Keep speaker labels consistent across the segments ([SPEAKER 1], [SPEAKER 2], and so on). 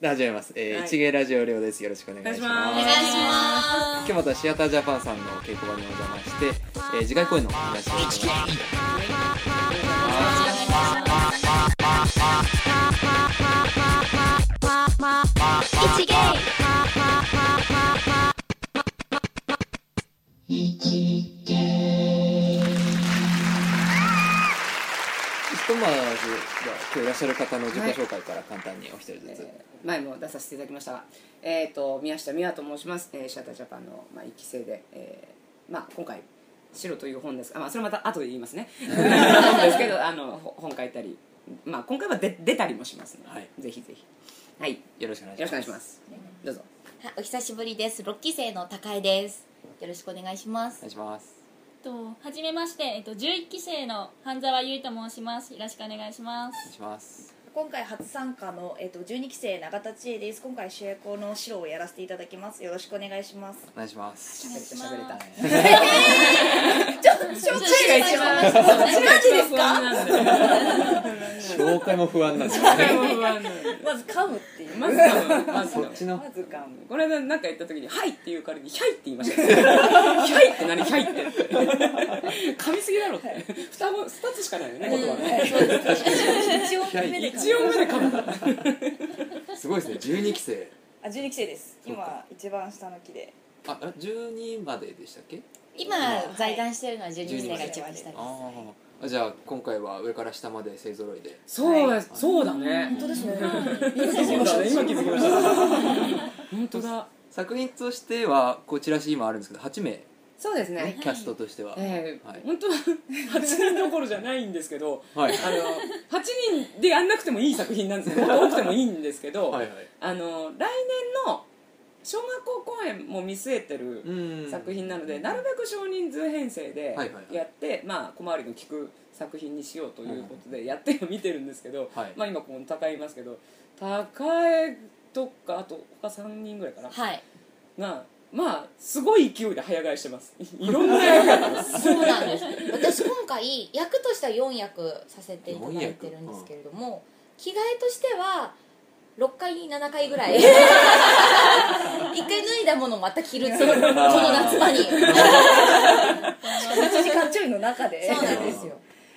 [SPEAKER 1] 始めます、えー
[SPEAKER 2] はい
[SPEAKER 1] 一芸ラジオりょうですよろしくお願いします
[SPEAKER 2] お
[SPEAKER 3] お願いしま
[SPEAKER 1] 今日またシアタージャパンさんの稽古場にお邪魔して、えー、次回公演のお話をします
[SPEAKER 3] す。一芸。
[SPEAKER 1] ひとまずじゃあ今日いらっしゃる方の自己紹介から簡単にお一人ずつ、
[SPEAKER 2] えー前も出させていただきましたが、えー、と宮下美和と申します、えーシアタージャパンの、まあ、1期生で、えーまあ、今回「白」という本ですあ、まあ、それまた後で言いますね 本ですけどあのほ本書いたり、まあ、今回は出出たりもしますね、
[SPEAKER 1] はい
[SPEAKER 2] ぜひぜひはいよ
[SPEAKER 1] よろしくお願いしま
[SPEAKER 2] ろしくお
[SPEAKER 1] す
[SPEAKER 2] 願いしますどうぞ
[SPEAKER 3] はいお久しぶりです。六期生の高江です。よろしくお願いしま
[SPEAKER 1] お
[SPEAKER 3] す
[SPEAKER 1] 願。いします
[SPEAKER 4] と、はじめまして、えっと、11期生の半沢優衣と申します。よろしくお願いしま
[SPEAKER 1] お願い
[SPEAKER 4] す。
[SPEAKER 1] します
[SPEAKER 5] 今回初参加の、えっと12期生永田千恵です今回主役の白をやらせていただきますよろしくお願いします
[SPEAKER 1] お願いします
[SPEAKER 2] しゃべ れた
[SPEAKER 5] 紹介
[SPEAKER 3] が一番
[SPEAKER 5] マジですか
[SPEAKER 2] なんだよ
[SPEAKER 1] 紹介も不安なんです よね
[SPEAKER 5] まず噛むっていう
[SPEAKER 2] まず噛むまず
[SPEAKER 1] そ
[SPEAKER 2] 噛
[SPEAKER 1] っ
[SPEAKER 2] む
[SPEAKER 1] ちの
[SPEAKER 5] まず噛む
[SPEAKER 2] この間なんか言った時に「はい」って言うからに「ひゃい」って言いましたよ ひゃい」って何「ひゃい」って噛みすぎだろって双子2つしかないよね言葉ね
[SPEAKER 5] 一音目で
[SPEAKER 2] 一
[SPEAKER 5] 噛
[SPEAKER 2] 応
[SPEAKER 5] む
[SPEAKER 2] 目で噛むから
[SPEAKER 1] すごいですね12期生
[SPEAKER 5] あ12期生です今一番下の期で
[SPEAKER 1] あえ12まででしたっけ
[SPEAKER 3] 今在団してるのは12期生が一番下です。
[SPEAKER 1] あーあじゃあ今回は上から下まで勢ぞろいで
[SPEAKER 2] そうだそうだね
[SPEAKER 5] 本当です
[SPEAKER 2] そ
[SPEAKER 5] ね
[SPEAKER 2] うだね今気づきました本当だ
[SPEAKER 1] 作品としてはこうチラシ今あるんですけど8名、ね
[SPEAKER 2] そうですね
[SPEAKER 1] キャストとしては、
[SPEAKER 2] え
[SPEAKER 1] はい
[SPEAKER 2] ー本当は8人どころじゃないんですけど
[SPEAKER 1] はい
[SPEAKER 2] あの8人でやんなくてもいい作品なんですよもっと多くてもいいんですけど、
[SPEAKER 1] はいはい
[SPEAKER 2] あの来年の小学校公演も見据えてる
[SPEAKER 1] うん
[SPEAKER 2] 作品なので、なるべく少人数編成
[SPEAKER 1] はい
[SPEAKER 2] で
[SPEAKER 1] はいはい
[SPEAKER 2] やって、まあ、小回りの利く作品にしようということでやっては見てるんですけど、
[SPEAKER 1] はい
[SPEAKER 2] まあ、今ここに高江いますけど高江とかあと他3人ぐらいかな、
[SPEAKER 3] はい。
[SPEAKER 2] がまあすごい勢いで早替えしてますいろんな役が
[SPEAKER 3] そうなんです。私今回役としては4役させていただいてるんですけれども、着替えとしては6回7回ぐらい一回脱いだものをまた着るっていうこの夏場にそう
[SPEAKER 5] 1時間ちょいの中で
[SPEAKER 3] なんですよ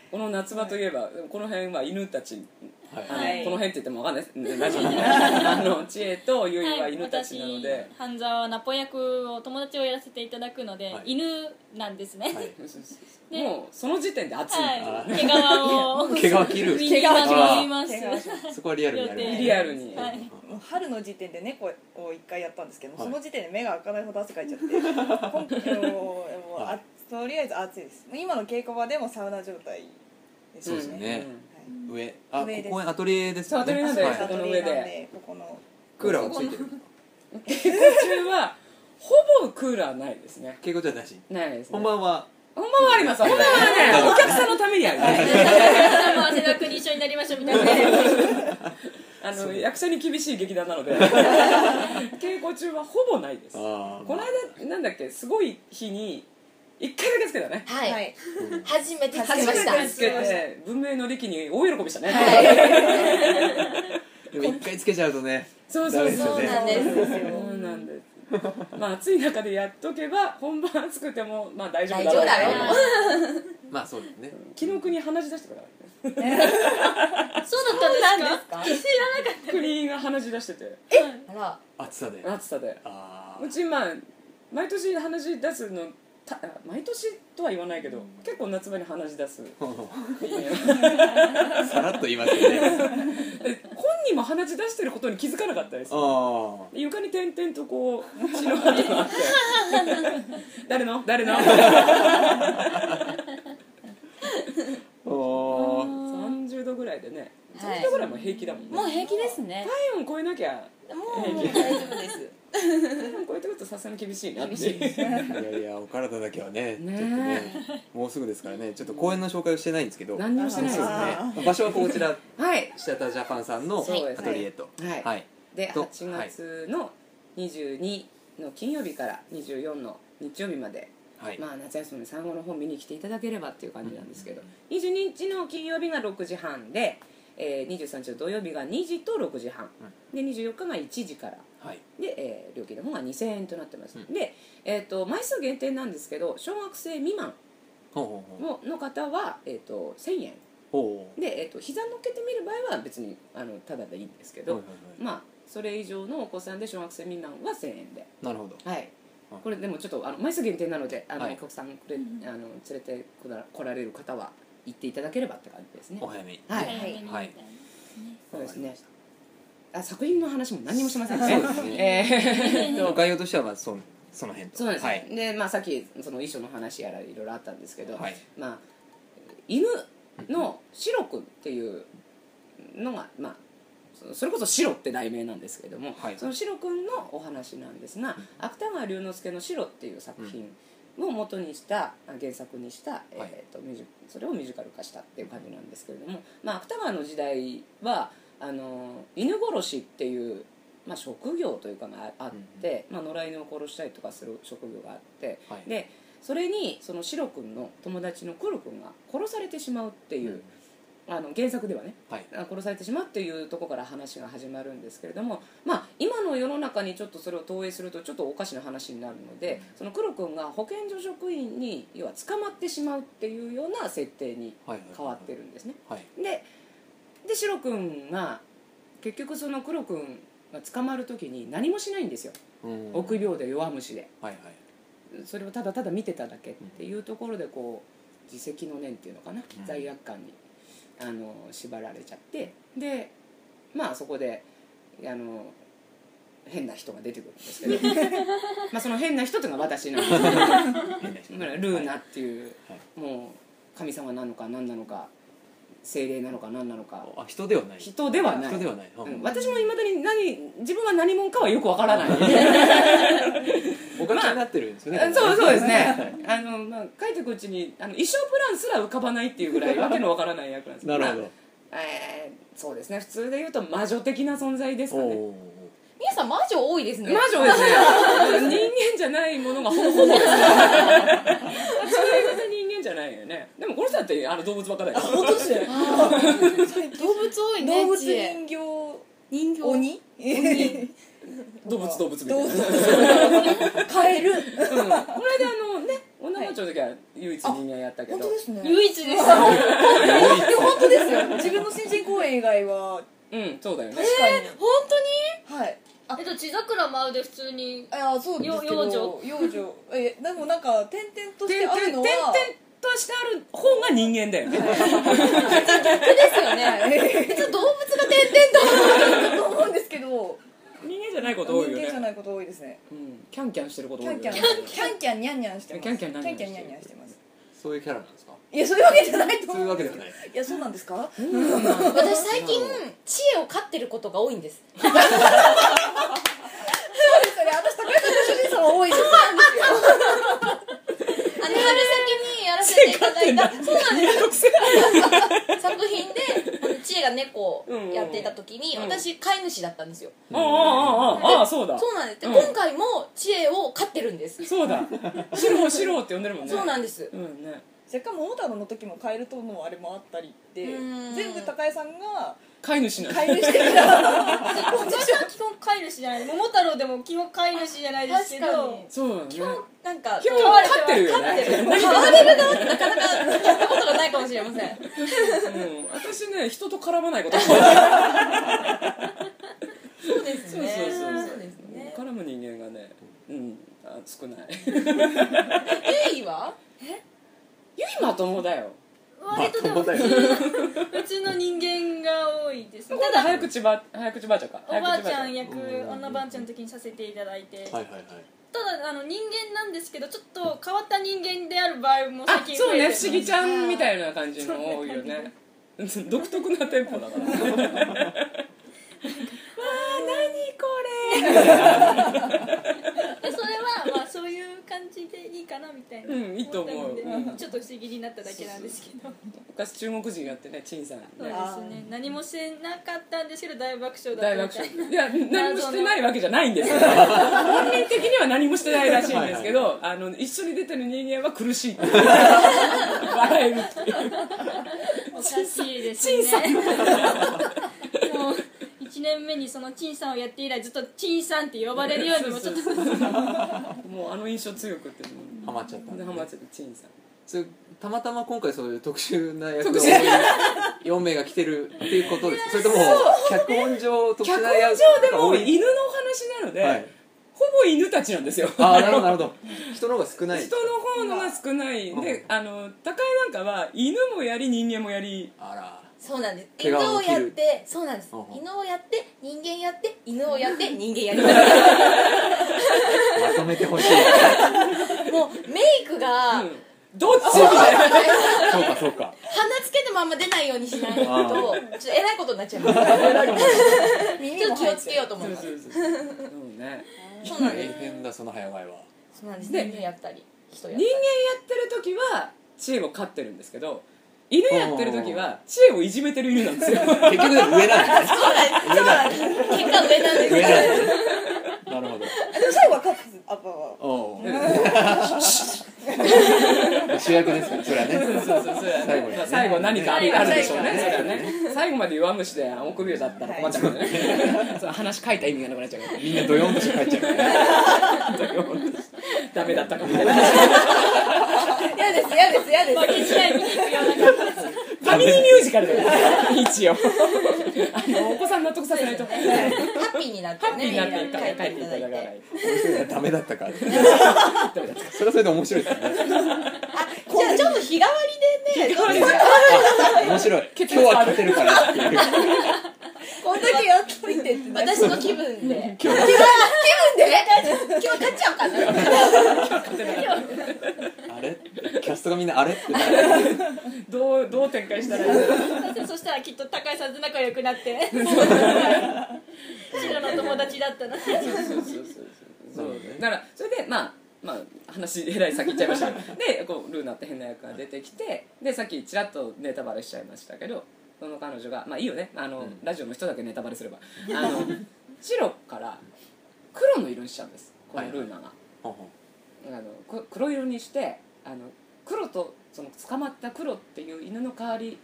[SPEAKER 2] この夏場といえばこの辺は犬たち
[SPEAKER 1] はい
[SPEAKER 2] あの、
[SPEAKER 5] はい
[SPEAKER 2] この辺って言ってもわかんないですラジオにあの知恵とゆいは犬たち
[SPEAKER 4] 私
[SPEAKER 2] なので、、
[SPEAKER 4] 半沢はナポ役を友達をやらせていただくので、
[SPEAKER 1] はい
[SPEAKER 4] 犬なんですね。
[SPEAKER 1] はい
[SPEAKER 4] ね
[SPEAKER 2] もうその時点で熱い、
[SPEAKER 4] はい。毛皮を。
[SPEAKER 1] 毛皮切る
[SPEAKER 4] み
[SPEAKER 1] 毛
[SPEAKER 4] ん
[SPEAKER 1] 皮
[SPEAKER 4] な
[SPEAKER 1] あ
[SPEAKER 4] 切ります。
[SPEAKER 5] 毛皮
[SPEAKER 1] そこはリアルにやる
[SPEAKER 4] 予定
[SPEAKER 2] リアルに
[SPEAKER 4] はい
[SPEAKER 5] もう春の時点で猫を一回やったんですけど、
[SPEAKER 1] はい
[SPEAKER 5] その時点で目が開かないほど汗かいちゃって今回ももうあ
[SPEAKER 1] はい
[SPEAKER 5] とりあえず暑いですもう今の稽古場でもサウナ状態です
[SPEAKER 1] そうですね
[SPEAKER 2] うん
[SPEAKER 5] はい
[SPEAKER 1] 上あ
[SPEAKER 5] 上で
[SPEAKER 1] こ
[SPEAKER 5] す
[SPEAKER 1] こはアトリエですよね
[SPEAKER 2] そうアトリエなんで
[SPEAKER 1] はい
[SPEAKER 2] す
[SPEAKER 5] こ
[SPEAKER 2] こ
[SPEAKER 5] の
[SPEAKER 2] の上で
[SPEAKER 5] 上でここの
[SPEAKER 1] クーラーはついてる
[SPEAKER 2] 稽古中はほぼクーラーないですね
[SPEAKER 1] 敬語じゃなし
[SPEAKER 2] ないですね
[SPEAKER 1] 本番は
[SPEAKER 2] 本番はあります本番はねお客さんのためにあるね
[SPEAKER 4] 皆さんも汗だくに一緒になりましょうみたいな。
[SPEAKER 2] あの役者に厳しい劇団なので稽古中はほぼないですこ
[SPEAKER 1] あー
[SPEAKER 2] の間なんだっけすごい日に一回だけつけたね
[SPEAKER 3] はい、
[SPEAKER 5] はい
[SPEAKER 3] 初めて着きました
[SPEAKER 5] 初め
[SPEAKER 2] つけて文明の力に大喜びしたね、
[SPEAKER 1] でも一回つけちゃうとね
[SPEAKER 2] そうそうそう
[SPEAKER 3] そうなんです
[SPEAKER 2] そうなんですまあ暑い中でやっとけば本番暑くてもまあ大丈夫
[SPEAKER 3] 大
[SPEAKER 2] だろ
[SPEAKER 3] 丈夫
[SPEAKER 2] う
[SPEAKER 3] だろう
[SPEAKER 1] まあそうですね
[SPEAKER 2] 紀の国鼻血出してください
[SPEAKER 4] そうだったんですか
[SPEAKER 3] なんですか
[SPEAKER 2] 国が鼻血出してて
[SPEAKER 3] あら
[SPEAKER 1] 暑さで
[SPEAKER 2] 暑さで
[SPEAKER 1] あ
[SPEAKER 2] うちまあ毎年鼻血出すのた毎年とは言わないけど結構夏場に鼻血出す
[SPEAKER 1] あ
[SPEAKER 2] 本
[SPEAKER 1] さらっと言いますよね
[SPEAKER 2] 人も鼻血出してることに気づかなかったです
[SPEAKER 1] ああ
[SPEAKER 2] 床に点々とこう血の跡があって誰の誰の
[SPEAKER 1] おー
[SPEAKER 2] 30度ぐらいでね
[SPEAKER 3] はい
[SPEAKER 2] 30度ぐらいも平気だもんね、
[SPEAKER 3] もう平気ですね
[SPEAKER 2] 体温超えなきゃ
[SPEAKER 3] もうもう大丈夫です
[SPEAKER 2] 体温超えてくるとさすがに厳しいなっていう
[SPEAKER 1] いやいやお体だけはね
[SPEAKER 2] ねえ
[SPEAKER 1] ちょっとねもうすぐですからねちょっと公演の紹介をしてないんですけど
[SPEAKER 2] 何にもしてないですね
[SPEAKER 1] そうですね場所はこちら
[SPEAKER 2] はい
[SPEAKER 1] シアタージャパンさんのア
[SPEAKER 2] そうです
[SPEAKER 1] トリエと
[SPEAKER 2] はい
[SPEAKER 1] はい
[SPEAKER 2] で
[SPEAKER 1] と
[SPEAKER 2] 8月の22の金曜日から24の日曜日まで、
[SPEAKER 1] はい
[SPEAKER 2] まあ、夏休みの産後の方見に来ていただければっていう感じなんですけど、22日の金曜日が6時半で、えー、23日の土曜日が2時と6時半、で24日が1時から
[SPEAKER 1] はい
[SPEAKER 2] で、えー料金の方が2000円となってます、
[SPEAKER 1] うん
[SPEAKER 2] で、えー、と枚数限定なんですけど小学生未満
[SPEAKER 1] ほうほうほう
[SPEAKER 2] のの方は、えー、と1000円
[SPEAKER 1] ほう
[SPEAKER 2] で、えー、と膝乗っけてみる場合は別にあのただでいいんですけど、
[SPEAKER 1] はいはいは
[SPEAKER 2] まあそれ以上のお子さんで小学生未満は1000円で
[SPEAKER 1] いなるほど
[SPEAKER 2] はい
[SPEAKER 1] あ
[SPEAKER 2] これでもちょっとあの枚数限定なのであの、
[SPEAKER 1] はい
[SPEAKER 2] お客さんくれあ
[SPEAKER 4] うん
[SPEAKER 2] の連れてこら来られる方は行っていただければって感じですね
[SPEAKER 1] お早めに
[SPEAKER 2] はい
[SPEAKER 4] 早めにみたいな
[SPEAKER 1] はい
[SPEAKER 2] そうです
[SPEAKER 1] わ
[SPEAKER 2] ね
[SPEAKER 1] か
[SPEAKER 2] あ作品の話も何にもしませんね
[SPEAKER 1] そうですね
[SPEAKER 2] え
[SPEAKER 1] り
[SPEAKER 2] ー
[SPEAKER 1] ました概要としてはまあそのその辺と
[SPEAKER 2] そうなんです、
[SPEAKER 1] はい
[SPEAKER 2] でまあさっきその衣装の話やらいろいろあったんですけど、
[SPEAKER 1] はい
[SPEAKER 2] まあ犬のシロ君っていうのがまあそそれこそシロって題名なんですけれども、
[SPEAKER 1] はい
[SPEAKER 2] そのシロ君のお話なんですが芥川龍之介の「シロ」っていう作品を元にしたあ原作にした、えー、とミュージそれをミュージカル化したっていう感じなんですけれども、まあ、芥川の時代はあの犬殺しっていう、まあ、職業というかがああって、まあ、野良犬を殺したりとかする職業があって、
[SPEAKER 1] はい
[SPEAKER 2] でそれにそのシロ君の友達のクロ君が殺されてしまうっていう、あの原作ではね
[SPEAKER 1] はい
[SPEAKER 2] あ殺されてしまうっていうところから話が始まるんですけれども、まあ、今の世の中にちょっとそれを投影するとちょっとおかしな話になるので、その黒君が保健所職員に要は捕まってしまうっていうような設定に
[SPEAKER 1] はい
[SPEAKER 2] 変わってるんですね。
[SPEAKER 1] はい
[SPEAKER 2] でで白君が結局その黒君が捕まる時に何もしないんですよ
[SPEAKER 1] うん
[SPEAKER 2] 臆病で弱虫で。
[SPEAKER 1] はいはい
[SPEAKER 2] それをただただ見てただけっていうところでこう自責の念っていうのか
[SPEAKER 1] う
[SPEAKER 2] な、
[SPEAKER 1] ん
[SPEAKER 2] 罪悪感にあの縛られちゃってでまあそこであの変な人が出てくるんですけど まあその変な人っていうのが私なんですけど
[SPEAKER 1] 変な 人
[SPEAKER 2] まあルーナっていう、
[SPEAKER 1] はい
[SPEAKER 2] もう神様なのか何なのか精霊なのか何なのか
[SPEAKER 1] あ人ではない
[SPEAKER 2] 人ではない
[SPEAKER 1] 人ではない、
[SPEAKER 2] うん私もいまだに何自分が何者かはよくわからない
[SPEAKER 1] お金になってるんですよね、
[SPEAKER 2] うんそうそうですね あの、まあ、書いていくうちにあの衣装プランすら浮かばないっていうぐらいわけのわからない役なんです け
[SPEAKER 1] なるほど、
[SPEAKER 2] まあえーそうですね普通で言うと魔女的な存在ですか
[SPEAKER 1] お
[SPEAKER 2] ね
[SPEAKER 1] お
[SPEAKER 3] 皆さん魔女多いです
[SPEAKER 2] 魔
[SPEAKER 3] ね
[SPEAKER 2] 女ですね人間じゃないものがほぼ ほぼですから普通の人間じゃないよねでもこの人だってあの動物ばっかだよ
[SPEAKER 3] 本当ですね動物多いね
[SPEAKER 5] 動物
[SPEAKER 3] 知恵
[SPEAKER 5] 人形
[SPEAKER 3] 人形
[SPEAKER 5] 鬼
[SPEAKER 2] 動物動物みたいな、うん、
[SPEAKER 5] カエル
[SPEAKER 2] この間あのね女の子の時は唯一人間やったけど、
[SPEAKER 5] 本当ですね
[SPEAKER 4] 唯一です
[SPEAKER 5] 本当ですよ自分の新人公演以外は
[SPEAKER 2] うんそうだよね
[SPEAKER 5] 確かに、
[SPEAKER 3] 本
[SPEAKER 5] はい
[SPEAKER 4] えっと千桜舞で普通に
[SPEAKER 5] あそうですけど
[SPEAKER 4] よ
[SPEAKER 5] 幼女えでもなんか点々として
[SPEAKER 2] 点
[SPEAKER 5] あ
[SPEAKER 2] 々
[SPEAKER 5] る
[SPEAKER 2] 点
[SPEAKER 5] の
[SPEAKER 2] 々
[SPEAKER 5] は
[SPEAKER 2] としてある方が人間だよね
[SPEAKER 3] 当ですよね
[SPEAKER 5] はい
[SPEAKER 3] 普通動物が点
[SPEAKER 5] と思うんですけど
[SPEAKER 2] 人間じゃないこと多い
[SPEAKER 5] 人
[SPEAKER 2] よね
[SPEAKER 5] 間じゃないこと多いですね
[SPEAKER 2] うんキャンキャンしてること
[SPEAKER 5] キ
[SPEAKER 2] 多い
[SPEAKER 5] ャ
[SPEAKER 2] よ
[SPEAKER 5] ン
[SPEAKER 2] ね
[SPEAKER 5] キャンキャンキャンニャンニャンしてます
[SPEAKER 2] キャンキャンニャンニャン
[SPEAKER 5] キャンキャンニャンニャンしてます
[SPEAKER 1] そういうキャラなんですか
[SPEAKER 5] いやそういうわけじゃないと
[SPEAKER 1] そうい
[SPEAKER 5] 思
[SPEAKER 1] う
[SPEAKER 5] う
[SPEAKER 1] わ
[SPEAKER 5] ん
[SPEAKER 1] け
[SPEAKER 5] で
[SPEAKER 1] ですは
[SPEAKER 5] けど
[SPEAKER 1] ない
[SPEAKER 5] いやそうなんですか
[SPEAKER 3] 灯私最近知恵を飼ってることが多いんです
[SPEAKER 5] そうですよね私高橋さんの主人様多いです
[SPEAKER 3] あの春先にやらせていただいたそうなんです作品であの知恵が猫をやっていた時に
[SPEAKER 2] うん
[SPEAKER 3] 私飼い主だったんですよ
[SPEAKER 2] あああああああそうだ
[SPEAKER 3] そうなんですで
[SPEAKER 2] うん
[SPEAKER 3] 今回も知恵を飼ってるんです
[SPEAKER 2] そうだシローシローって呼んでるもんね
[SPEAKER 3] そうなんんです
[SPEAKER 2] うんね
[SPEAKER 5] せっかく桃太郎の時もカエルとのあれもあったりって
[SPEAKER 3] うん
[SPEAKER 5] 全部高江さんが
[SPEAKER 2] 飼い主なんだ
[SPEAKER 5] 飼い主的
[SPEAKER 4] 私
[SPEAKER 5] な
[SPEAKER 4] は基本飼い主じゃない桃太郎でも基本飼い主じゃないですけ
[SPEAKER 3] 確か
[SPEAKER 4] ど
[SPEAKER 3] に
[SPEAKER 2] そうだね
[SPEAKER 3] 基本なんか
[SPEAKER 2] 基本
[SPEAKER 3] 飼われては
[SPEAKER 2] 飼ってるよね
[SPEAKER 3] 飼ってる飼われる側ってなかなかやったことがないかもしれません
[SPEAKER 2] うん私ね人と絡まないことそう
[SPEAKER 3] そうです
[SPEAKER 2] そうそう
[SPEAKER 3] ね
[SPEAKER 2] そう
[SPEAKER 3] そうですね
[SPEAKER 2] 絡む人間がねうんあ少ない
[SPEAKER 3] ゆいは
[SPEAKER 2] ゆいまともだよ
[SPEAKER 4] 割と でも
[SPEAKER 1] まともだ
[SPEAKER 4] 普
[SPEAKER 1] よ
[SPEAKER 4] 通の普通の人間が多いですね
[SPEAKER 2] ただ早口ば早口ばあちゃんか
[SPEAKER 4] おばあちゃん
[SPEAKER 2] や
[SPEAKER 4] 役女ばあちゃんの時にさせていただいて、
[SPEAKER 1] はいはいはい
[SPEAKER 4] ただあの人間なんですけどちょっと変わった人間である場合も
[SPEAKER 2] あ
[SPEAKER 4] 最近
[SPEAKER 2] そう
[SPEAKER 4] 増えて
[SPEAKER 2] ね
[SPEAKER 4] ま
[SPEAKER 2] 不
[SPEAKER 4] す
[SPEAKER 2] 思議ちゃんみたいな感じの多いよね 独特なテンポだからわあ何これ
[SPEAKER 4] でそれはまあそういう感じでいいかなみたいな、
[SPEAKER 2] うんいいと思う
[SPEAKER 4] 思った
[SPEAKER 2] うん
[SPEAKER 4] んでちょっと不思議になっただけなんですけど
[SPEAKER 2] 昔中国人やってね陳さん
[SPEAKER 4] そう
[SPEAKER 2] ね
[SPEAKER 4] ですね何もしてなかったんですけど大爆笑だ
[SPEAKER 2] 大
[SPEAKER 4] った
[SPEAKER 2] 爆
[SPEAKER 4] みたいな
[SPEAKER 2] 笑いや何もしてないわけじゃないんですよ本人的には何もしてないらしいんですけどあの一緒に出てる人間は苦しいっていう笑えるっていう
[SPEAKER 4] おかしいですね もう1年目にその陳さんをやって以来ずっと陳さんって呼ばれるようにもちょっと
[SPEAKER 2] もうあの印象強くってもう
[SPEAKER 1] ハマっちゃったんだ
[SPEAKER 2] ハマっちゃったチンさん
[SPEAKER 1] それたまたま今回そういう特殊な役を4名が来てるっていうことですそれとも脚本上特
[SPEAKER 2] 脚
[SPEAKER 1] 殊な
[SPEAKER 2] 本
[SPEAKER 1] 役
[SPEAKER 2] 上でも
[SPEAKER 1] 多い
[SPEAKER 2] 犬のお話なので、
[SPEAKER 1] はい
[SPEAKER 2] ほぼ犬たちなんですよ
[SPEAKER 1] ああなるほどなるほど人の方が少ない
[SPEAKER 2] 人の方のが少ないであの高井なんかは犬もやり人間もやり
[SPEAKER 1] あら
[SPEAKER 3] そうなんです
[SPEAKER 1] 怪
[SPEAKER 3] 犬
[SPEAKER 1] 我を
[SPEAKER 3] を
[SPEAKER 1] 切る
[SPEAKER 3] やってそうなんです
[SPEAKER 1] ほうほう
[SPEAKER 3] 犬をやって人間やって犬をやって 人間やります
[SPEAKER 1] まとめてほしい
[SPEAKER 3] もうメイクが、
[SPEAKER 2] うんどっちみたいな
[SPEAKER 1] そうかそうか
[SPEAKER 3] 鼻つけてまんま出ないようにしないとち
[SPEAKER 1] あー
[SPEAKER 3] ょっとえらいことになっち ゃいますちょっと気をつけようと思
[SPEAKER 2] そ
[SPEAKER 3] いうます
[SPEAKER 2] そう そうそうね
[SPEAKER 3] そうなんで
[SPEAKER 1] 大
[SPEAKER 3] す
[SPEAKER 1] 変だその早前は
[SPEAKER 3] そうなんです
[SPEAKER 2] で
[SPEAKER 3] 人間やったり人や
[SPEAKER 2] 人
[SPEAKER 3] っ
[SPEAKER 2] 間
[SPEAKER 3] たり
[SPEAKER 2] やってる時は知恵を飼ってるんですけど犬やってる時は知恵をいじめてる犬なんですよ
[SPEAKER 1] 結局でも上なんですね上なんです
[SPEAKER 3] 結果上なんです
[SPEAKER 1] 上
[SPEAKER 3] よ
[SPEAKER 1] なんですねなるほど
[SPEAKER 5] でも最後は勝つあば
[SPEAKER 1] おう主役ですからそれはね
[SPEAKER 2] そうそうそうや
[SPEAKER 1] 最後にね
[SPEAKER 2] まあ最後何かある
[SPEAKER 5] 最後
[SPEAKER 2] あるでしょうねそ
[SPEAKER 5] 最
[SPEAKER 2] れ
[SPEAKER 5] 後
[SPEAKER 2] はね最後まで弱虫で臆病だったら困っちゃうから ねそう話書いた意味がなくなっちゃうから
[SPEAKER 1] みんなドヨンとして帰っちゃうからね
[SPEAKER 2] ダメだったかみたいな
[SPEAKER 3] 嫌です嫌です嫌
[SPEAKER 4] 負
[SPEAKER 3] で
[SPEAKER 4] け
[SPEAKER 3] す
[SPEAKER 4] 試合見に行くような感
[SPEAKER 2] ファミリーミュージカルだよ一応あのお子さん納得させないと、
[SPEAKER 3] ハッピーになって
[SPEAKER 2] ハ
[SPEAKER 3] ね
[SPEAKER 2] ッピーになっていた
[SPEAKER 3] みん
[SPEAKER 2] 帰
[SPEAKER 3] な
[SPEAKER 2] っ
[SPEAKER 3] に
[SPEAKER 2] ていただかない
[SPEAKER 1] ダメだったかそれはそれで面白いですね
[SPEAKER 3] じゃあちょっと日替わりでね
[SPEAKER 1] 面白い今日は勝てるからっていう
[SPEAKER 5] こんだけやっといてってね
[SPEAKER 3] 私の 気分で
[SPEAKER 1] 今日は
[SPEAKER 3] 気分で今日勝っちゃおうかな
[SPEAKER 1] あれキャストがみんなあれってな る
[SPEAKER 2] どうどう展開したらいいのか
[SPEAKER 4] じ そしたらきっと高井さんと仲良くなって白の友達だったの
[SPEAKER 2] そうそうそうそうそうだからそれでまあまあ話えらい先行っちゃいましたけどでこうルーナって変な役が出てきてでさっきちらっとネタバレしちゃいましたけどその彼女がまあいいよねあの、
[SPEAKER 1] ん
[SPEAKER 2] ラジオの人だけネタバレすればあの白から黒の色にしちゃうんですこのルーナが、
[SPEAKER 1] ほんほん
[SPEAKER 2] あのこ黒色にしてあの黒とその捕まった黒っていう犬の代わり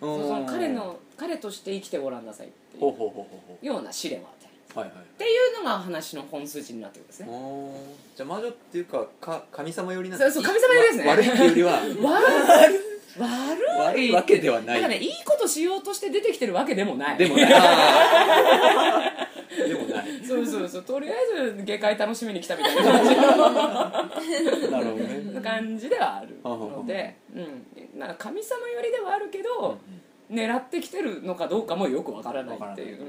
[SPEAKER 2] そのその彼の彼として生きてごらんなさいってい
[SPEAKER 1] ほう
[SPEAKER 2] う
[SPEAKER 1] ほうほうほう
[SPEAKER 2] ような試練を与える
[SPEAKER 1] ほうはいはい
[SPEAKER 2] っていうのが話の本筋になってくるんですね
[SPEAKER 1] おーじゃあ魔女っていうかか神様寄りなん
[SPEAKER 2] そうそう神様寄りですね
[SPEAKER 1] わ悪いっていうよりは
[SPEAKER 2] 悪い
[SPEAKER 1] 悪いわけではな
[SPEAKER 2] だからね
[SPEAKER 1] い
[SPEAKER 2] いいことしようとして出てきてるわけでもない
[SPEAKER 1] で もないあーでもない
[SPEAKER 2] そうそうそうとりあえず下界楽しみに来たみたいな感じ
[SPEAKER 1] なるほど
[SPEAKER 2] の
[SPEAKER 1] ね
[SPEAKER 2] 感じではあるの
[SPEAKER 1] は
[SPEAKER 2] で、うん、なんか神様寄りではあるけど、
[SPEAKER 1] う
[SPEAKER 2] 狙ってきてるのかどうかもよくわからないっていう、
[SPEAKER 1] わからない
[SPEAKER 2] うん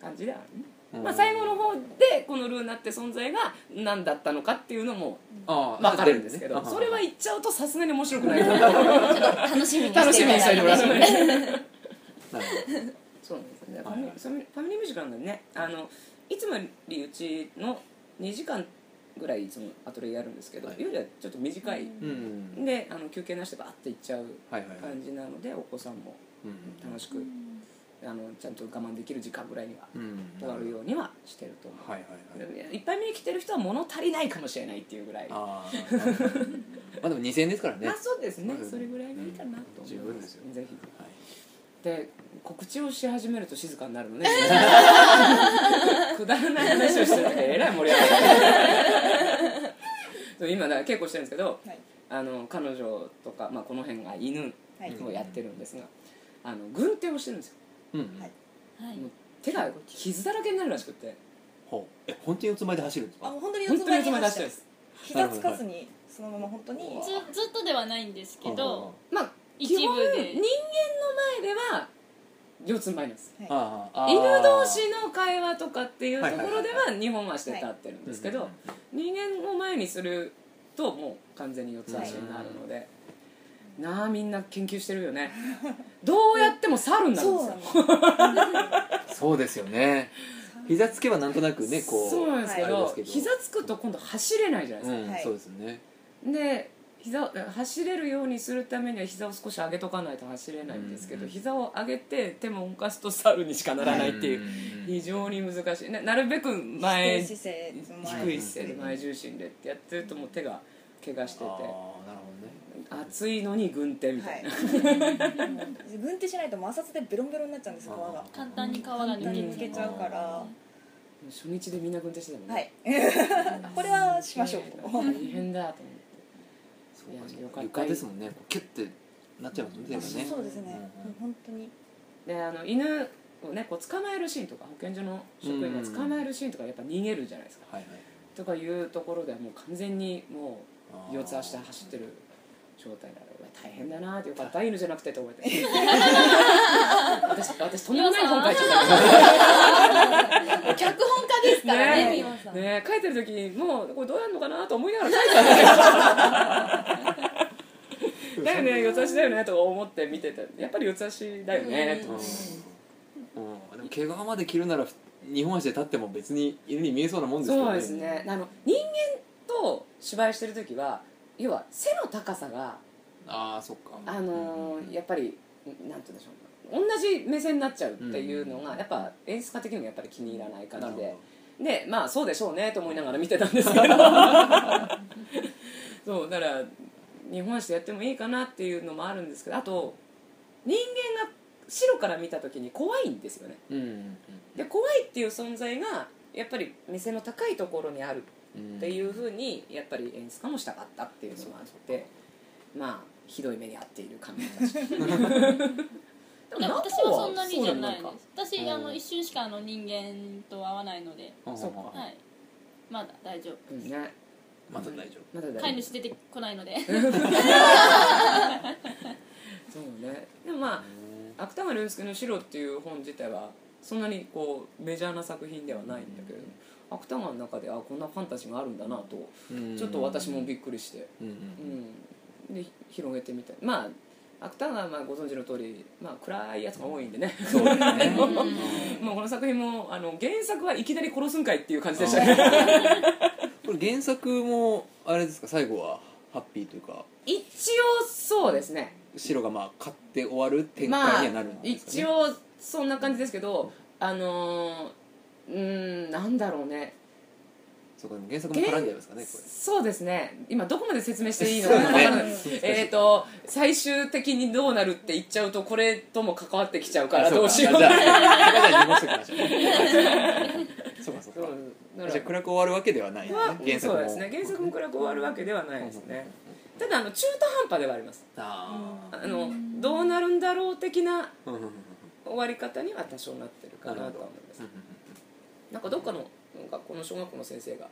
[SPEAKER 2] 感じではあるね、
[SPEAKER 1] ん
[SPEAKER 2] まあ、最後の方でこのルーナって存在が何だったのかっていうのも
[SPEAKER 1] あー
[SPEAKER 2] 分かるんですけ
[SPEAKER 1] 出
[SPEAKER 2] ど、
[SPEAKER 1] ね
[SPEAKER 2] それは言っちゃうとさすがに面白くないから
[SPEAKER 3] 楽しみに
[SPEAKER 2] 楽しみにし
[SPEAKER 3] してて
[SPEAKER 2] いて
[SPEAKER 3] る
[SPEAKER 2] も らわないと
[SPEAKER 1] なる
[SPEAKER 2] そうなんですよねフ
[SPEAKER 1] は
[SPEAKER 2] ァ
[SPEAKER 1] いはい
[SPEAKER 2] ミリーファミリーファミリーミュージカルなんでねあのいつもよりうちの2時間ぐらいいつもアトリエやるんですけど、
[SPEAKER 1] はい
[SPEAKER 2] 夜はちょっと短い、
[SPEAKER 1] ほどうん
[SPEAKER 2] であの休憩なしでバーって行っちゃう
[SPEAKER 1] はいはいはい
[SPEAKER 2] 感じなのでお子さんも
[SPEAKER 1] うん
[SPEAKER 2] 楽しく、あのちゃんと我慢できる時間ぐらいには
[SPEAKER 1] うん
[SPEAKER 2] 終わるようにはしてると思う、
[SPEAKER 1] はいはいはい
[SPEAKER 2] いやいっぱい見に来てる人は物足りないかもしれないっていうぐらい
[SPEAKER 1] ああなるほどまあでも2000円ですからね
[SPEAKER 2] ま
[SPEAKER 1] は
[SPEAKER 2] あそうですね、
[SPEAKER 1] うん
[SPEAKER 2] それぐらいがいいかなと
[SPEAKER 1] う
[SPEAKER 2] 思います、
[SPEAKER 1] ん十分ですよ
[SPEAKER 2] ぜひ
[SPEAKER 1] い
[SPEAKER 2] で告知をし始めると静かになるのねくだらない話をしてる時えらい盛り上がるそう今だから稽古してるんですけど、
[SPEAKER 5] はい
[SPEAKER 2] あの彼女とか、まあ、この辺が犬
[SPEAKER 5] はい
[SPEAKER 2] をやってるんですが、あの軍手をしてるんですよ
[SPEAKER 1] うん
[SPEAKER 5] はい
[SPEAKER 4] はい
[SPEAKER 2] もう手が傷だらけになるらしくて
[SPEAKER 1] ほうえ本当に四つ前で走るんです
[SPEAKER 5] あ
[SPEAKER 1] か
[SPEAKER 5] 本当に四
[SPEAKER 2] 本
[SPEAKER 5] つ
[SPEAKER 2] 当に
[SPEAKER 5] 前
[SPEAKER 2] 四つ
[SPEAKER 5] に
[SPEAKER 2] まで出して
[SPEAKER 5] 走っ
[SPEAKER 2] るんで
[SPEAKER 5] て
[SPEAKER 2] す
[SPEAKER 5] 膝つかずにそのまま本当に
[SPEAKER 4] ずずっとではないんですけど
[SPEAKER 2] まあ
[SPEAKER 4] 一部で
[SPEAKER 2] 基本人間の前では四つん這いなんです
[SPEAKER 5] はい
[SPEAKER 1] あーあー
[SPEAKER 2] 犬同士の会話とかっていうところで
[SPEAKER 1] はいはいはい
[SPEAKER 2] は日本はして立ってるんですけど、
[SPEAKER 1] うんうんうん
[SPEAKER 2] 人間を前にするともう完全に四つ足になるので、なあみんな研究してるよねどうやっても猿になるんで
[SPEAKER 5] そ
[SPEAKER 2] す
[SPEAKER 5] う
[SPEAKER 2] よ
[SPEAKER 5] なんですよ
[SPEAKER 1] そうですよね膝つけばなんとなくねこう
[SPEAKER 2] そうなんですけど,、
[SPEAKER 1] あれですけど
[SPEAKER 2] 膝つくと今度走れないじゃないで
[SPEAKER 1] う
[SPEAKER 2] すか、
[SPEAKER 1] ん
[SPEAKER 5] はい
[SPEAKER 1] そうですね
[SPEAKER 2] で膝を走れるようにするためには膝を少し上げとかないと走れないんですけど、
[SPEAKER 1] うん
[SPEAKER 2] 膝を上げて手も動かすと猿にしかならないっていう、
[SPEAKER 1] うん
[SPEAKER 2] 非常に難しいななるべく前
[SPEAKER 5] 低い姿勢
[SPEAKER 2] 低い姿勢で前重心でってやってるともう手が怪我してて
[SPEAKER 1] あーなるほどね
[SPEAKER 2] 暑いのに軍手みた
[SPEAKER 5] はいい
[SPEAKER 2] な、
[SPEAKER 5] 軍手しないと摩擦でベロンベロンになっちゃうんです皮が
[SPEAKER 4] 簡単に皮が
[SPEAKER 5] 簡
[SPEAKER 4] 抜
[SPEAKER 5] 単
[SPEAKER 4] け
[SPEAKER 5] に
[SPEAKER 4] る
[SPEAKER 5] 抜けちゃうから
[SPEAKER 2] 初日でみんな軍手してたもんね
[SPEAKER 5] はいこれはしましょう
[SPEAKER 2] 大変だと思って
[SPEAKER 1] そうか
[SPEAKER 2] いやよかった
[SPEAKER 1] 床ですもんねこうキュッてなっちゃいますもんね
[SPEAKER 5] あ
[SPEAKER 1] 全部ね
[SPEAKER 5] そうですね
[SPEAKER 1] うん
[SPEAKER 5] もう本当に
[SPEAKER 2] であの犬をねこう捕まえるシーンとか保健所の職員が捕まえるシーンとかやっぱ逃げるじゃないですか、
[SPEAKER 1] はいはい
[SPEAKER 2] とかいうところではもう完全にも
[SPEAKER 1] あ
[SPEAKER 2] う
[SPEAKER 1] ー
[SPEAKER 2] 四つ足で走ってる状態であれは大変だなってよかった犬じゃなくてと思って 私私とんでもない本書いちゃっ
[SPEAKER 3] 脚本家ですからね
[SPEAKER 2] ね
[SPEAKER 3] 美穂さ
[SPEAKER 2] た
[SPEAKER 3] ん、
[SPEAKER 2] ねえ書いてる時もうこれどうやるのかなと思いながら書いてたんだよだよね四つ足だよねとか思って見ててやっぱり四つ足だよねと
[SPEAKER 1] う
[SPEAKER 2] 思
[SPEAKER 1] ん
[SPEAKER 2] って
[SPEAKER 1] うんでも毛皮まで着るなら日本足で立っても別に犬に見えそうなもんですけど
[SPEAKER 2] そうですねあの人間と芝居してる時は要は背の高さが
[SPEAKER 1] ああそっか
[SPEAKER 2] あのー
[SPEAKER 1] うん
[SPEAKER 2] やっぱりなんて言うんでしょう同じ目線になっちゃうっていうのが、
[SPEAKER 1] うん
[SPEAKER 2] やっぱ演出家的にもやっぱり気に入らない
[SPEAKER 1] な
[SPEAKER 2] 感
[SPEAKER 1] る
[SPEAKER 2] じ
[SPEAKER 1] ほ
[SPEAKER 2] で
[SPEAKER 1] ど
[SPEAKER 2] でまあそうでしょうねと思いながら見てたんですけどそうだから日本史でやってもいいかなっていうのもあるんですけどあと人間が白から見た時に怖いんですよね
[SPEAKER 1] うんうん
[SPEAKER 2] で怖いっていう存在がやっぱり目線の高いところにある
[SPEAKER 1] うん
[SPEAKER 2] っていうふうにやっぱり演出家もしたかったっていうのもあってまあひどい目に遭っている感じたち でも
[SPEAKER 4] いや私はそんなにじゃないで
[SPEAKER 2] そ
[SPEAKER 4] す私あ
[SPEAKER 1] う
[SPEAKER 4] の
[SPEAKER 1] ん
[SPEAKER 4] 一瞬しかあの人間と会わないので
[SPEAKER 1] うんうん
[SPEAKER 2] そうか
[SPEAKER 4] はいまだ大丈夫
[SPEAKER 2] うなんだうんね
[SPEAKER 1] まだ大丈
[SPEAKER 2] まだだ
[SPEAKER 4] 飼い
[SPEAKER 2] よ
[SPEAKER 4] 主出てこないので
[SPEAKER 2] そうねでもま
[SPEAKER 1] 夫
[SPEAKER 2] あ芥川龍之介の「白」っていう本自体はそんなにこうメジャーな作品ではないんだけれども芥川の中であこんなファンタジーがあるんだなと
[SPEAKER 1] うん
[SPEAKER 2] ちょっと私もびっくりして
[SPEAKER 1] うん
[SPEAKER 2] うんで広げてみたいまあ芥川はまあご存知の通りまあ暗いやつが多いんでね
[SPEAKER 1] うんそうですね
[SPEAKER 4] うん
[SPEAKER 2] もうこの作品もあの原作はいきなり殺すんかいっていう感じでしたけど
[SPEAKER 1] これ原作もあれですか最後はハッピーというか
[SPEAKER 2] 一応そうですね
[SPEAKER 1] 白がまあ勝って終わる展
[SPEAKER 2] まあ
[SPEAKER 1] 開にはなるんですかね
[SPEAKER 2] 一応そんな感じですけどあのーうーんなんだろうね
[SPEAKER 1] そうかでも原作も絡んじゃいますかねこ
[SPEAKER 2] そうですね今どこまで説明していいのかなわからない
[SPEAKER 1] そうね
[SPEAKER 2] えっと最終的にどうなるって言っちゃうとこれとも関わってきちゃう
[SPEAKER 1] れ
[SPEAKER 2] からどうしよう
[SPEAKER 1] あじゃあじゃあ濁しておきましょうそうかそう
[SPEAKER 2] そう
[SPEAKER 1] か
[SPEAKER 2] だから
[SPEAKER 1] じゃあ暗く終わるわけではない、ね、
[SPEAKER 2] は
[SPEAKER 1] 原作
[SPEAKER 2] そう
[SPEAKER 1] も
[SPEAKER 2] ですね原作も暗く終わるわけではないですねただあの中途半端ではあります
[SPEAKER 1] ああ
[SPEAKER 2] あのどうなるんだろう的な
[SPEAKER 1] うんうんうんうん
[SPEAKER 2] 終わり方には多少なってるかなとは思います
[SPEAKER 1] うん
[SPEAKER 2] なんかどっかの学校の小学校の先生が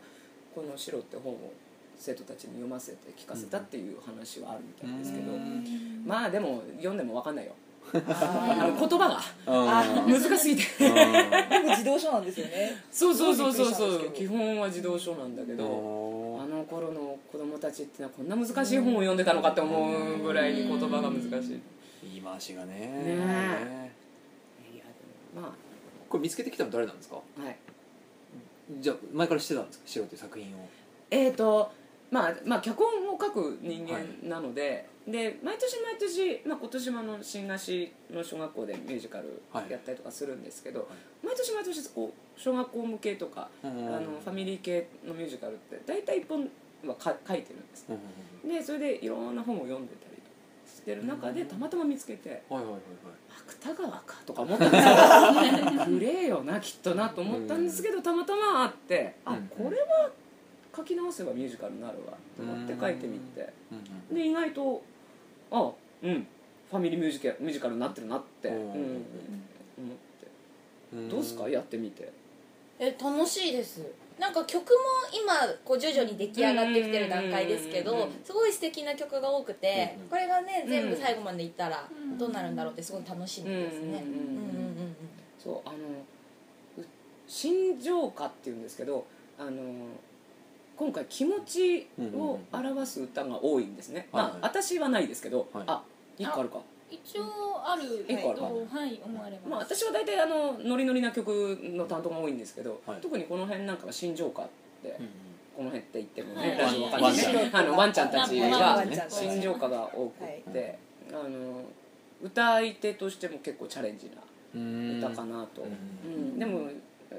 [SPEAKER 2] この「白」って本を生徒たちに読ませて聞かせたっていう話はあるみたいですけど、
[SPEAKER 1] うん
[SPEAKER 2] まあでも読んでも分かんないよあの言葉が
[SPEAKER 1] あー
[SPEAKER 2] 難しすぎて
[SPEAKER 1] あ
[SPEAKER 5] 全部自動車なんですよね
[SPEAKER 2] そうそうそうそう
[SPEAKER 5] そう
[SPEAKER 2] そ
[SPEAKER 5] びっ
[SPEAKER 2] う
[SPEAKER 5] くりしたんですけ
[SPEAKER 2] 基
[SPEAKER 5] ど
[SPEAKER 2] 本は自動書なんだけどあ
[SPEAKER 1] ー
[SPEAKER 2] の頃の子供たちってのはこんな難しい本を読んでたのかって思うぐらいに言葉が難しいね
[SPEAKER 1] 言い回しがね
[SPEAKER 2] え
[SPEAKER 1] ね
[SPEAKER 2] いやでもま
[SPEAKER 1] これ見つけてきたの誰なんですか
[SPEAKER 2] あはい
[SPEAKER 1] じゃあ前から知ってたんですか白っていう作品を
[SPEAKER 2] えーとまあ、まあ脚本を書く人間なので,、で毎年毎年、まあ、今年もあの新河岸の小学校でミュージカル
[SPEAKER 1] はい
[SPEAKER 2] やったりとかするんですけど、毎年毎年こう小学校向けとか、
[SPEAKER 1] あの
[SPEAKER 2] あのファミリー系のミュージカルって大体一本はか書いてるんです
[SPEAKER 1] うんうん
[SPEAKER 2] でそれでいろんな本を読んでたりとかしてる中で
[SPEAKER 1] うん
[SPEAKER 2] たまたま見つけて
[SPEAKER 1] うんはいはいはいはい
[SPEAKER 2] 芥川かとか思ったんですよくれよなきっとなと思ったんですけどたまたまあってあ
[SPEAKER 1] うん
[SPEAKER 2] これは書き直せばミュージカルになるわと思って書いてみて
[SPEAKER 1] うんうん
[SPEAKER 2] で意外とあうんファミリーミュージカルミュージカルになってるなって、う
[SPEAKER 1] うんん
[SPEAKER 2] 思って
[SPEAKER 1] うん
[SPEAKER 2] どうですかやってみて
[SPEAKER 3] え楽しいですなんか曲も今こう徐々に出来上がってきてる段階ですけ
[SPEAKER 2] うんうんう
[SPEAKER 3] ど
[SPEAKER 2] んうん
[SPEAKER 3] すごい素敵な曲が多くて
[SPEAKER 1] うん
[SPEAKER 3] これがね
[SPEAKER 2] うん
[SPEAKER 3] 全部最後までいったら
[SPEAKER 4] うん
[SPEAKER 3] どうなるんだろうってすごい楽しみです
[SPEAKER 2] う
[SPEAKER 3] ね
[SPEAKER 2] ん
[SPEAKER 3] う
[SPEAKER 2] う
[SPEAKER 3] んうん
[SPEAKER 2] んうん
[SPEAKER 3] うんうん
[SPEAKER 2] そうあのう心情歌っていうんですけどあの今回気持ちを表す歌が多いんですね、
[SPEAKER 1] うんうんうん
[SPEAKER 2] ま
[SPEAKER 1] はい
[SPEAKER 2] あ私はないですけど、
[SPEAKER 1] はい
[SPEAKER 2] あ一個あるか
[SPEAKER 4] 一応あるけ
[SPEAKER 2] 一
[SPEAKER 4] ど
[SPEAKER 2] 個ある
[SPEAKER 4] はい思われ
[SPEAKER 2] まあ、
[SPEAKER 4] ます
[SPEAKER 2] 私は大体あのノリノリな曲の担当が多いんですけど、
[SPEAKER 1] はい
[SPEAKER 2] 特にこの辺なんかは新情歌って、
[SPEAKER 1] うんうん
[SPEAKER 2] この辺って言っても
[SPEAKER 4] はい
[SPEAKER 2] ね、ラジオわかんないし
[SPEAKER 1] ワン
[SPEAKER 2] あのワンちゃんたち
[SPEAKER 1] ワ
[SPEAKER 2] が
[SPEAKER 1] ンちゃんたち
[SPEAKER 2] 新情歌が多くって、あの歌い手としても結構チャレンジ
[SPEAKER 1] う
[SPEAKER 2] なん歌かなと、
[SPEAKER 1] うん
[SPEAKER 2] うんでも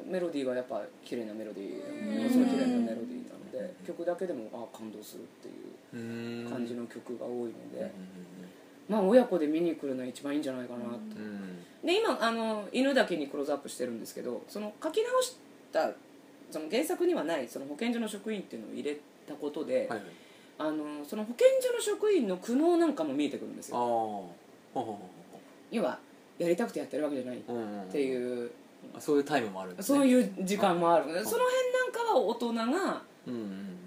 [SPEAKER 2] メロディーはやっぱ綺麗なメロディーものすごい綺麗なメロディーなので曲だけでもあ感動するっていう
[SPEAKER 1] うん
[SPEAKER 2] 感じの曲が多いの
[SPEAKER 1] うん
[SPEAKER 2] で、まあ親子で見に来るのは一番いいんじゃないかなと、
[SPEAKER 1] うんうん
[SPEAKER 2] で今あの犬だけにクローズアップしてるんですけどその書き直したその原作にはないその保健所の職員っていうのを入れたことで、
[SPEAKER 1] はいはい
[SPEAKER 2] あのその保健所の職員の苦悩なんかも見えてくるんです
[SPEAKER 1] ああ
[SPEAKER 2] よ
[SPEAKER 1] ほうほうほ
[SPEAKER 2] 要はやりたくてやってるわけじゃないっ
[SPEAKER 1] うほううんうん
[SPEAKER 2] ていう、
[SPEAKER 1] あそういうタイムもあるんですね
[SPEAKER 2] そういう時間もある、
[SPEAKER 1] ん
[SPEAKER 2] その辺なんかは大人が
[SPEAKER 1] うんうんうん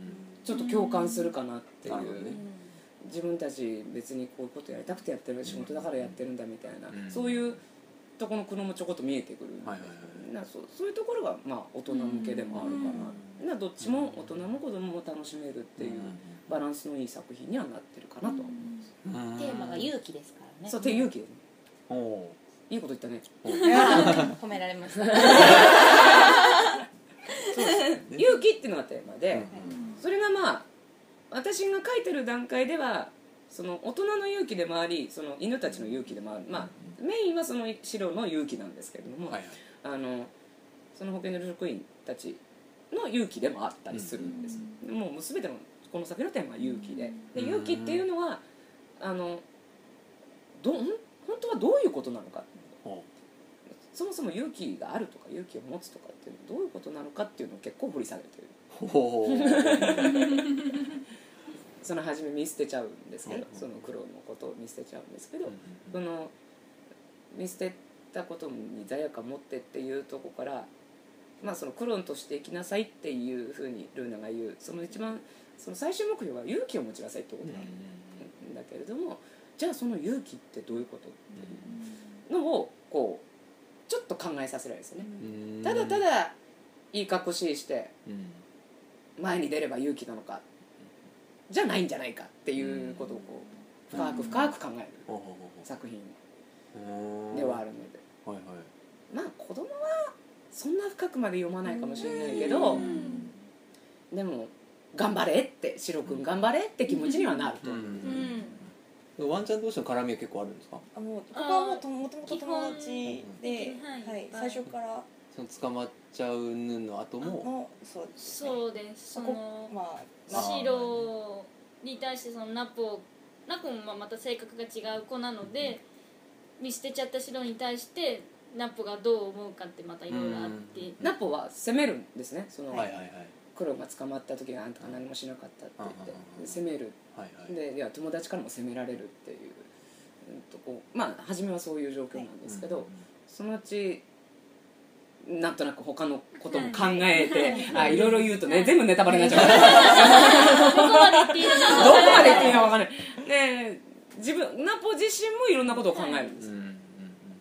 [SPEAKER 2] ちょっと共感するかなっていう、
[SPEAKER 1] なるほどね
[SPEAKER 2] 自分たち別にこういうことやりたくてやってる仕事だからやってるんだみたいな、
[SPEAKER 1] うん
[SPEAKER 2] そういうとこの苦悩もちょこっと見えてくる、
[SPEAKER 1] はいはいはい
[SPEAKER 2] なそうそういうところがまあ大人向けでもあるかな,、などっちも大人も子供も楽しめるっていうバランスのいい作品にはなってるかなと、
[SPEAKER 1] うん
[SPEAKER 3] テーマが勇気ですからね
[SPEAKER 2] そう手勇気ですね
[SPEAKER 1] ほ
[SPEAKER 2] いいこと言ったね
[SPEAKER 3] 褒められました
[SPEAKER 1] ね
[SPEAKER 2] 勇気っていうのがテーマ
[SPEAKER 1] う
[SPEAKER 2] で、
[SPEAKER 1] うん
[SPEAKER 2] それがまあ私が書いてる段階ではその大人の勇気でもありその犬たちの勇気でもある、まあ、メインはその白の勇気なんですけれども、
[SPEAKER 1] はいはい
[SPEAKER 2] あのその保健所の職員たちの勇気でもあったりするんです、もう全てのこの先のテーマは勇気でで
[SPEAKER 1] うん
[SPEAKER 2] 勇気っていうのはあのどん本当はどういうことなのか
[SPEAKER 1] ほ
[SPEAKER 2] そもそも勇気があるとか勇気を持つとかっていうのはどういうことなのかっていうのを結構掘り下げてる
[SPEAKER 1] うほうほう
[SPEAKER 2] その初め見捨てちゃうんですけ
[SPEAKER 1] う
[SPEAKER 2] ど、
[SPEAKER 1] ん
[SPEAKER 2] その苦労のことを見捨てちゃうんですけど、その見捨てたことに罪悪感持ってっていうとこから、まあ、そのクローンとして生きなさいっていうふうにルーナが言うその一番その最終目標は勇気を持ちなさいってことなんだけれども、じゃあその勇気ってどういうことっていうのをこうちょっと考えさせられるんですよね。ただただいい格好しいして
[SPEAKER 1] うん
[SPEAKER 2] 前に出れば勇気なのかじゃないんじゃないかっていうことをこう深く深く考える
[SPEAKER 1] ほうほうほう
[SPEAKER 2] 作品
[SPEAKER 1] ほう
[SPEAKER 2] ではあるので。
[SPEAKER 1] はいはい
[SPEAKER 2] まあ子供はそんな深くまで読まないかもしれないけど
[SPEAKER 1] うん
[SPEAKER 2] でも頑張れってシロ君頑張れって気持ちにはなると、
[SPEAKER 1] うんワンちゃん同士の絡みは結構あるんですか
[SPEAKER 5] あもうここはもうともともと友達で
[SPEAKER 4] 基、本
[SPEAKER 5] はい、最初から
[SPEAKER 1] その捕まっちゃうぬの後も
[SPEAKER 5] のそうです、ね、
[SPEAKER 4] そうですそ
[SPEAKER 5] こ
[SPEAKER 4] の
[SPEAKER 5] まあ
[SPEAKER 1] あー
[SPEAKER 4] 白に対してそのナポナポもまた性格が違う子なので見捨てちゃった白に対してナポがどう思うかってまたいろいろあって
[SPEAKER 1] うん
[SPEAKER 2] ナポは責めるんですねその、
[SPEAKER 1] はいはいはいはい
[SPEAKER 2] 黒が捕まった時はあんたが何もしなかったって言って
[SPEAKER 1] うん
[SPEAKER 2] で責める
[SPEAKER 1] はい
[SPEAKER 2] でいや友達からも責められるっていう、うん、とこうまあ初めはそういう状況なんですけど、そのうちなんとなく他のことも考えて、あいろいろ言うとね全部ネタバレになっちゃう
[SPEAKER 4] どこまで行っていいのか
[SPEAKER 2] どこまで言っていいのか分かんないで自分ナポ自身もいろんなことを考えるんで
[SPEAKER 1] うん
[SPEAKER 2] す、
[SPEAKER 1] うん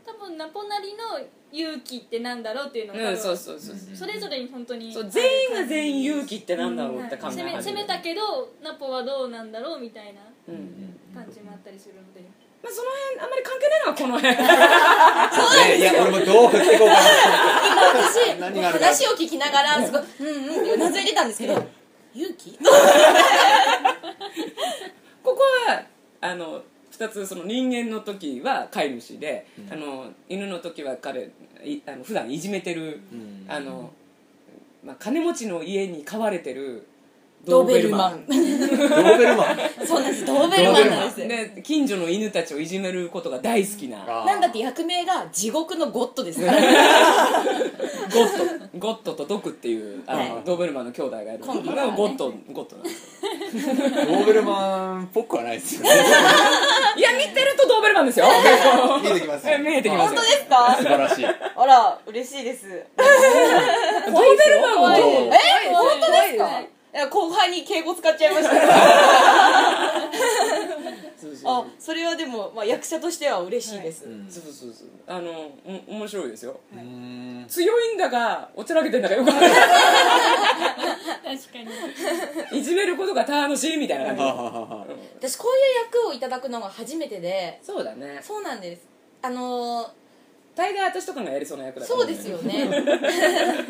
[SPEAKER 4] 多分ナポなりの勇気ってなんだろうっていうの
[SPEAKER 2] うん
[SPEAKER 4] が、
[SPEAKER 2] そうそうそう
[SPEAKER 1] うん
[SPEAKER 4] それぞれに本当に
[SPEAKER 2] そう全員が全員勇気ってなんだろうって考え始
[SPEAKER 4] 攻
[SPEAKER 2] め
[SPEAKER 4] め
[SPEAKER 2] る
[SPEAKER 4] 攻めたけどナポはどうなんだろうみたいな
[SPEAKER 1] う
[SPEAKER 2] う
[SPEAKER 1] んうん
[SPEAKER 2] ん
[SPEAKER 1] うん
[SPEAKER 4] 感じもあったりするので、
[SPEAKER 2] まあ、その辺あんまり関係ないのはこの辺
[SPEAKER 1] そうねいや俺もどう振っていこうかな
[SPEAKER 3] 私
[SPEAKER 1] 何があるか
[SPEAKER 3] 話を聞きながらすごい「うんうん」ってうなずいてたんですけど勇気
[SPEAKER 2] ここはあの2つその人間の時は飼い主で、
[SPEAKER 1] うん
[SPEAKER 2] あの犬の時は彼いあの普段いじめてる、
[SPEAKER 1] うん
[SPEAKER 2] あのまあ、金持ちの家に飼われてる
[SPEAKER 3] ドーベルマン
[SPEAKER 1] ドーベルマン
[SPEAKER 3] そうなんですドーベルマンなんですよ
[SPEAKER 2] で近所の犬たちをいじめることが大好きな
[SPEAKER 3] なんだって役名が地獄のゴッドですからね
[SPEAKER 2] ゴッドゴッドとドクっていうあの、
[SPEAKER 1] はい
[SPEAKER 2] ドーベルマンの兄弟がいる
[SPEAKER 3] コンビ
[SPEAKER 2] こ
[SPEAKER 3] が
[SPEAKER 2] れ
[SPEAKER 3] ね
[SPEAKER 2] はゴッドゴッドなんです
[SPEAKER 1] ドーベルマンっぽくはないですよね
[SPEAKER 2] いや見てるとドーベルマンですよ
[SPEAKER 1] 見えてきます
[SPEAKER 2] え見えてきます
[SPEAKER 1] あ
[SPEAKER 2] よ
[SPEAKER 3] ですか
[SPEAKER 1] 素晴らしい
[SPEAKER 3] あら嬉しいです
[SPEAKER 2] ドーベルマン
[SPEAKER 1] 怖
[SPEAKER 2] は
[SPEAKER 1] い
[SPEAKER 2] え
[SPEAKER 3] え本当ですかいや後輩に敬語使っちゃいました
[SPEAKER 2] そうそう
[SPEAKER 3] あそれはでも、まあ、役者としては嬉しいです、
[SPEAKER 1] うん
[SPEAKER 2] そうそうそうあのお面白いですよ
[SPEAKER 1] うーん
[SPEAKER 2] 強いんだがおちゃらけてんだがよくわかんな
[SPEAKER 4] 確かに
[SPEAKER 2] いいじめることが楽しいみたいな
[SPEAKER 1] はあ
[SPEAKER 2] 感
[SPEAKER 1] はあはあ
[SPEAKER 2] じ、うん
[SPEAKER 3] 私こういう役をいただくのが初めてで
[SPEAKER 2] そうだね
[SPEAKER 3] そうなんですあの
[SPEAKER 2] 大概私とかがやりそうな役
[SPEAKER 3] ー
[SPEAKER 2] だ
[SPEAKER 3] そうですよ ねいじめっ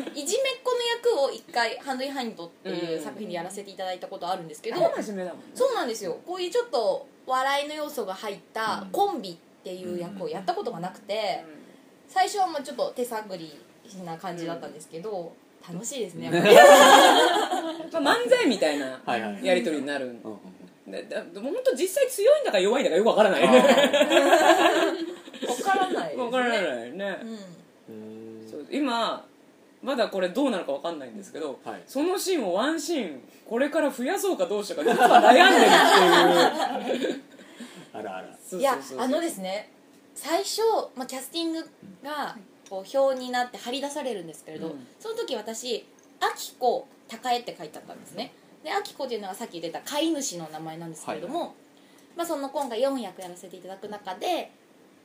[SPEAKER 3] 子の役を一回「ハンドインハンド」っていう作品でやらせていただいたことあるんですけど、
[SPEAKER 2] どう真面目だもんね
[SPEAKER 3] そうなんですよこういうちょっと笑いの要素が入った
[SPEAKER 1] うん
[SPEAKER 3] コンビっていう役をやったことがなくて最初はまあちょっと手探りな感じだったんですけど 楽しいですねやっぱり
[SPEAKER 2] うんまあ、漫才みたいな
[SPEAKER 1] はいはい
[SPEAKER 2] やり取りになるん
[SPEAKER 1] うんうん
[SPEAKER 2] ねだでも本当実際強いんだか弱いんだかよくわからないね
[SPEAKER 1] あ
[SPEAKER 3] 分からないです ね
[SPEAKER 2] わからないね
[SPEAKER 3] う、ん
[SPEAKER 1] ーうーん
[SPEAKER 2] そう今まだこれどうなのかわかんないんですけど、
[SPEAKER 1] はい
[SPEAKER 2] そのシーンをワンシーンこれから増やそうかどうしようか実は悩んでる
[SPEAKER 1] あらあら
[SPEAKER 2] っていう
[SPEAKER 3] いや
[SPEAKER 2] そうそうそうそう
[SPEAKER 3] あのですね最初、まあ、キャスティングがこう表になって張り出されるんですけれど、
[SPEAKER 2] うん
[SPEAKER 3] その時私「あきこ高江」って書いてあったんですねで「あきこ」っていうのがさっき出た飼い主の名前なんですけれども、まあ、その今回4役やらせていただく中で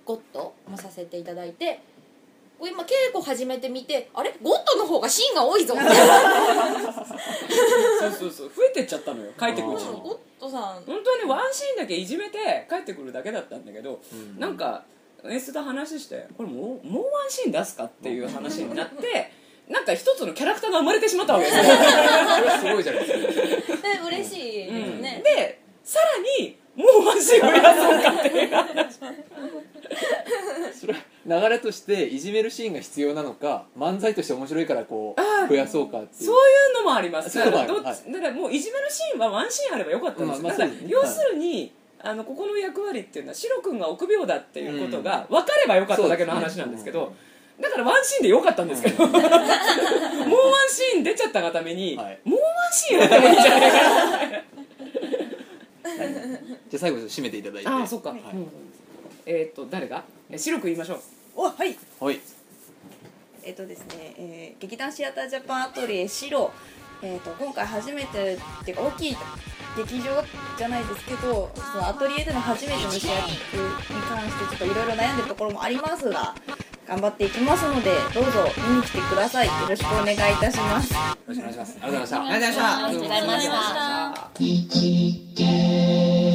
[SPEAKER 3] ゴッドもさせていただいてこう今稽古始めてみてあれゴッドの方がシーンが多いぞみたいな
[SPEAKER 2] そうそうそう増えてっちゃったのよ帰ってくる
[SPEAKER 3] うん
[SPEAKER 2] うちに
[SPEAKER 3] ゴッドさん
[SPEAKER 2] 本当はねワンシーンだけいじめて帰ってくるだけだったんだけど、
[SPEAKER 1] うん
[SPEAKER 2] なんか演出と話してこれもうもうワンシーン出すかっていう話になってなんか一つのキャラクターが生まれてしまったわけですよ
[SPEAKER 1] それはすごいじゃないですか
[SPEAKER 3] で嬉しいですね、
[SPEAKER 2] でさらにもうワンシーン増やそうかっていう
[SPEAKER 1] それは流れとしていじめるシーンが必要なのか漫才として面白いからこ
[SPEAKER 2] あー
[SPEAKER 1] う増やそうかっていう
[SPEAKER 2] そういうのもあります
[SPEAKER 1] そうい
[SPEAKER 2] だ
[SPEAKER 1] うの
[SPEAKER 2] か
[SPEAKER 1] も
[SPEAKER 2] ら
[SPEAKER 1] ある
[SPEAKER 2] どっちだからもういじめのシーンはワンシーンあればよかったんです
[SPEAKER 1] まあまあ
[SPEAKER 2] だから
[SPEAKER 1] そうですね
[SPEAKER 2] 要するにあのここの役割っていうのはシロ君が臆病だっていうことが分かればよかっただけの話なんですけど、だからワンシーンでよかったんですけど、もうワンシーン出ちゃったがために、
[SPEAKER 1] はい
[SPEAKER 2] もうワンシーンやったらいいんじゃないか
[SPEAKER 1] じゃあ最後ちょっと締めていただいて
[SPEAKER 2] なああそっか、
[SPEAKER 1] はい
[SPEAKER 2] うんえーっと誰がえ白く言いましょう
[SPEAKER 5] おはい
[SPEAKER 1] はい
[SPEAKER 5] えっとですね、えー劇団シアタージャパンアトリエ白、えっと今回初めてっていうか大きい劇場じゃないですけどそのアトリエでの初めての試合に関してちょっといろいろ悩んでるところもありますが頑張っていきますのでどうぞ見に来てくださいよろしくお願いいたします
[SPEAKER 1] よろしくお願いしますありがとうございました
[SPEAKER 4] ありがとうございました
[SPEAKER 2] ありがとうございました
[SPEAKER 6] 生きて